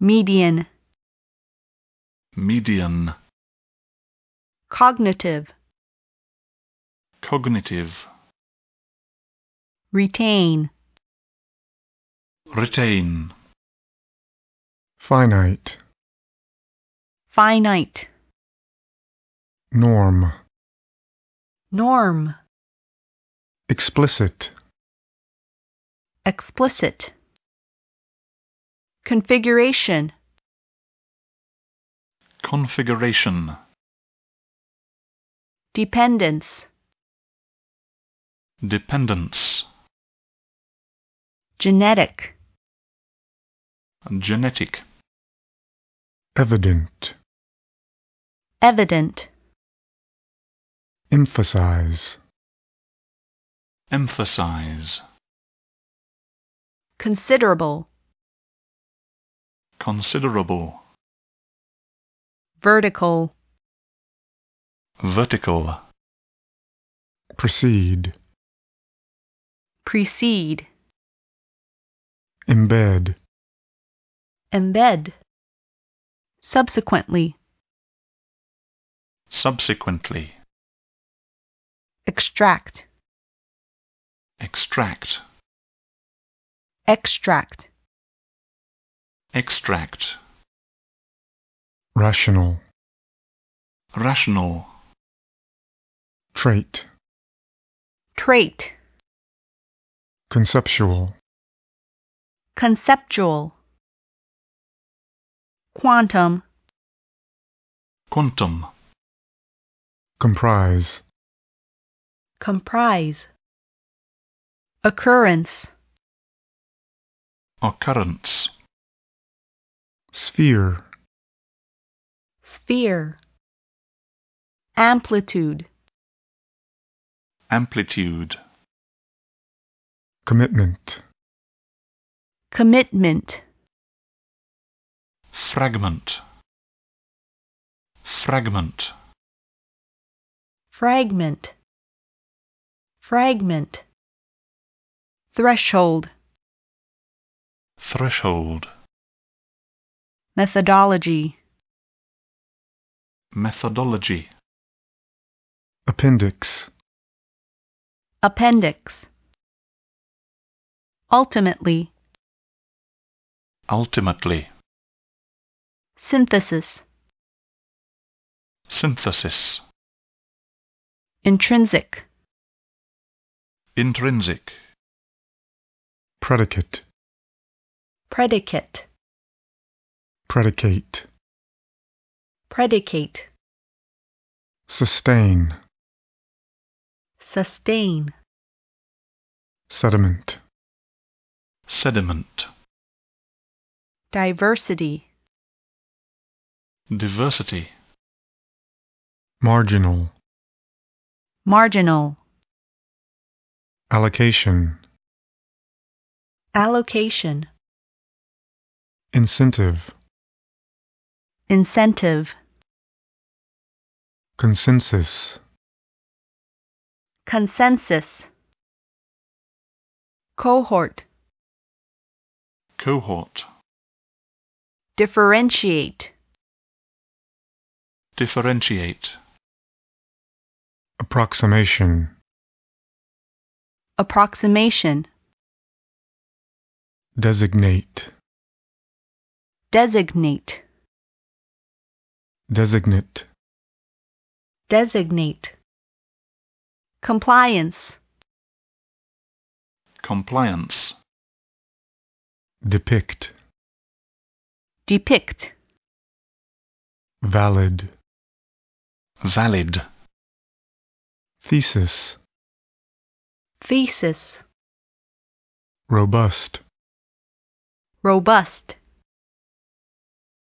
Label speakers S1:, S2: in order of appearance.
S1: median,
S2: median,
S1: cognitive,
S2: cognitive,
S1: retain,
S2: retain,
S3: finite,
S1: finite,
S3: norm,
S1: norm,
S3: explicit,
S1: explicit, configuration,
S2: configuration,
S1: dependence,
S2: dependence,
S1: genetic,
S2: genetic,
S3: evident,
S1: evident,
S3: emphasize,
S2: emphasize,
S1: considerable,
S2: considerable,
S1: vertical,
S2: vertical,
S3: proceed,
S1: precede,
S3: embed,
S1: embed, subsequently,
S2: subsequently,
S1: extract,
S2: extract,
S1: extract,
S2: extract,
S3: rational,
S2: rational,
S3: trait,
S1: trait,
S3: conceptual,
S1: conceptual, quantum,
S2: quantum,
S3: comprise,
S1: comprise, occurrence,
S2: occurrence,
S3: sphere,
S1: sphere, amplitude,
S2: amplitude,
S3: commitment,
S1: commitment,
S2: fragment, fragment,
S1: fragment, fragment, threshold,
S2: threshold,
S1: methodology,
S2: methodology,
S3: appendix,
S1: appendix, ultimately,
S2: ultimately,
S1: synthesis,
S2: synthesis,
S1: intrinsic,
S2: intrinsic,
S3: predicate,
S1: predicate,
S3: predicate,
S1: predicate,
S3: sustain,
S1: sustain,
S3: sediment,
S2: sediment,
S1: diversity,
S2: diversity,
S3: marginal,
S1: marginal,
S3: allocation,
S1: allocation,
S3: incentive,
S1: incentive,
S3: consensus,
S1: consensus, cohort,
S2: cohort,
S1: differentiate,
S2: differentiate,
S3: approximation,
S1: approximation,
S3: designate,
S1: designate,
S3: designate,
S1: designate, compliance,
S2: compliance,
S3: depict,
S1: depict,
S3: valid,
S2: valid,
S3: thesis,
S1: thesis,
S3: robust,
S1: robust,